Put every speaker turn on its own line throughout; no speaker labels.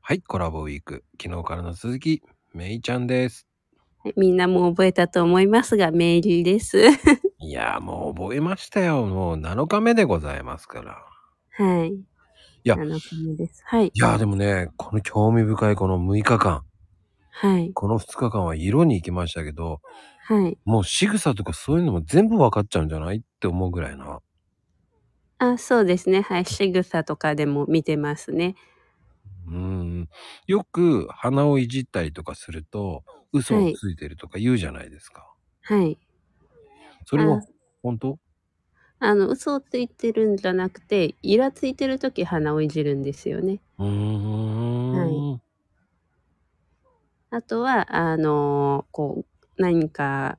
はい、コラボウィーク。昨日からの続き、めいちゃんです。
はいみんなもう覚えたと思いますが、メールです。
いやー、もう覚えましたよ。もう7日目でございますから。
はい。い
や
あの、このです。はい
い。やー、でもね、この興味深いこの6日間、
はい。
この2日間は色に行きましたけど、
はい。
もう仕草とかそういうのも全部分かっちゃうんじゃないって思うぐらいな。
あ、そうですね。はい。仕草とかでも見てますね。
うん。よく鼻をいじったりとかすると、嘘をついてるとか言うじゃないですか。
はい。
それは
あ
本当
あの、嘘をついてるんじゃなくて、イラついてるとき鼻をいじるんですよね。
うーん。
あとは、あのこう、何か、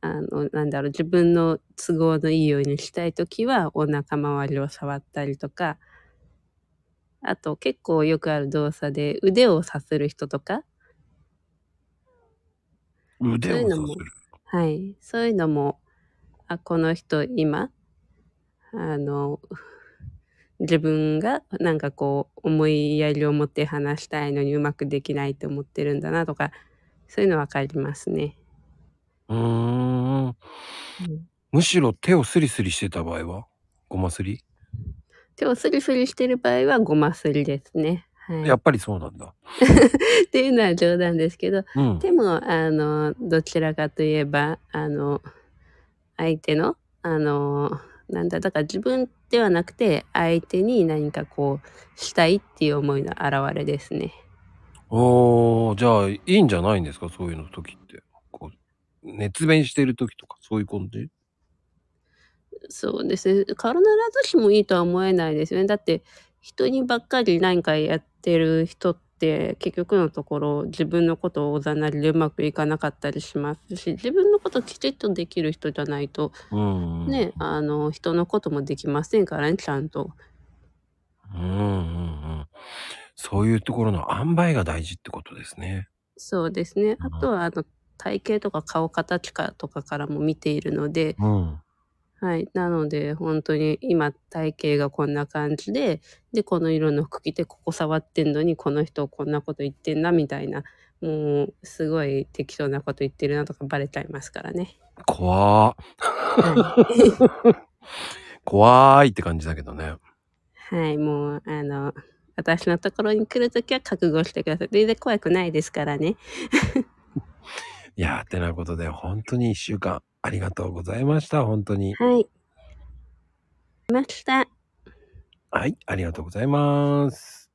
あの、なんだろう、自分の都合のいいようにしたいときは、お腹周りを触ったりとか、あと、結構よくある動作で、腕をさする人とか、
腕をさする。
はい、そういうのも、あ、この人、今、あの、自分がなんかこう思いやりを持って話したいのにうまくできないと思ってるんだなとかそういうの分かりますね。
うーん。むしろ手をスリスリしてた場合はごますり、
手をスリスリしてる場合はごますりですね。はい、
やっぱりそうなんだ。
っていうのは冗談ですけど
うん。
でもあのどちらかといえばあの相手のあのなんだだから自分ではなくて相手に何かこうしたいっていう思いの表れですね。
おー、じゃあいいんじゃないんですかそういうの時って。こう、熱弁してる時とかそういう感じ
そうですね必ずしもいいとは思えないですよねだって人にばっかり何かやってる人って結局のところ自分のことをおざなりでうまくいかなかったりしますし自分のこときちっとできる人じゃないと
うんうん。
ね、あの人のこともできませんからねちゃんと。
うんうんうん。そういうところの塩梅が大事ってことですね。
そうですね。
うん
あとは、あの、体型とか顔形かとかからも見ているので、
うん。
はい。なので、本当に今体型がこんな感じで、で、この色の服着てここ触ってんのに、この人こんなこと言ってんな、みたいな、もう、すごい適当なこと言ってるなとかバレちゃいますからね。
怖ー。
は
怖ーいって感じだけどね。
い。はい、もう、あの、私のところに来るときは覚悟してください。全然怖くないですからね。
いやー、てなことで本当に一週間ありがとうございました。本当に。
はい。ました。
はい、ありがとうございます。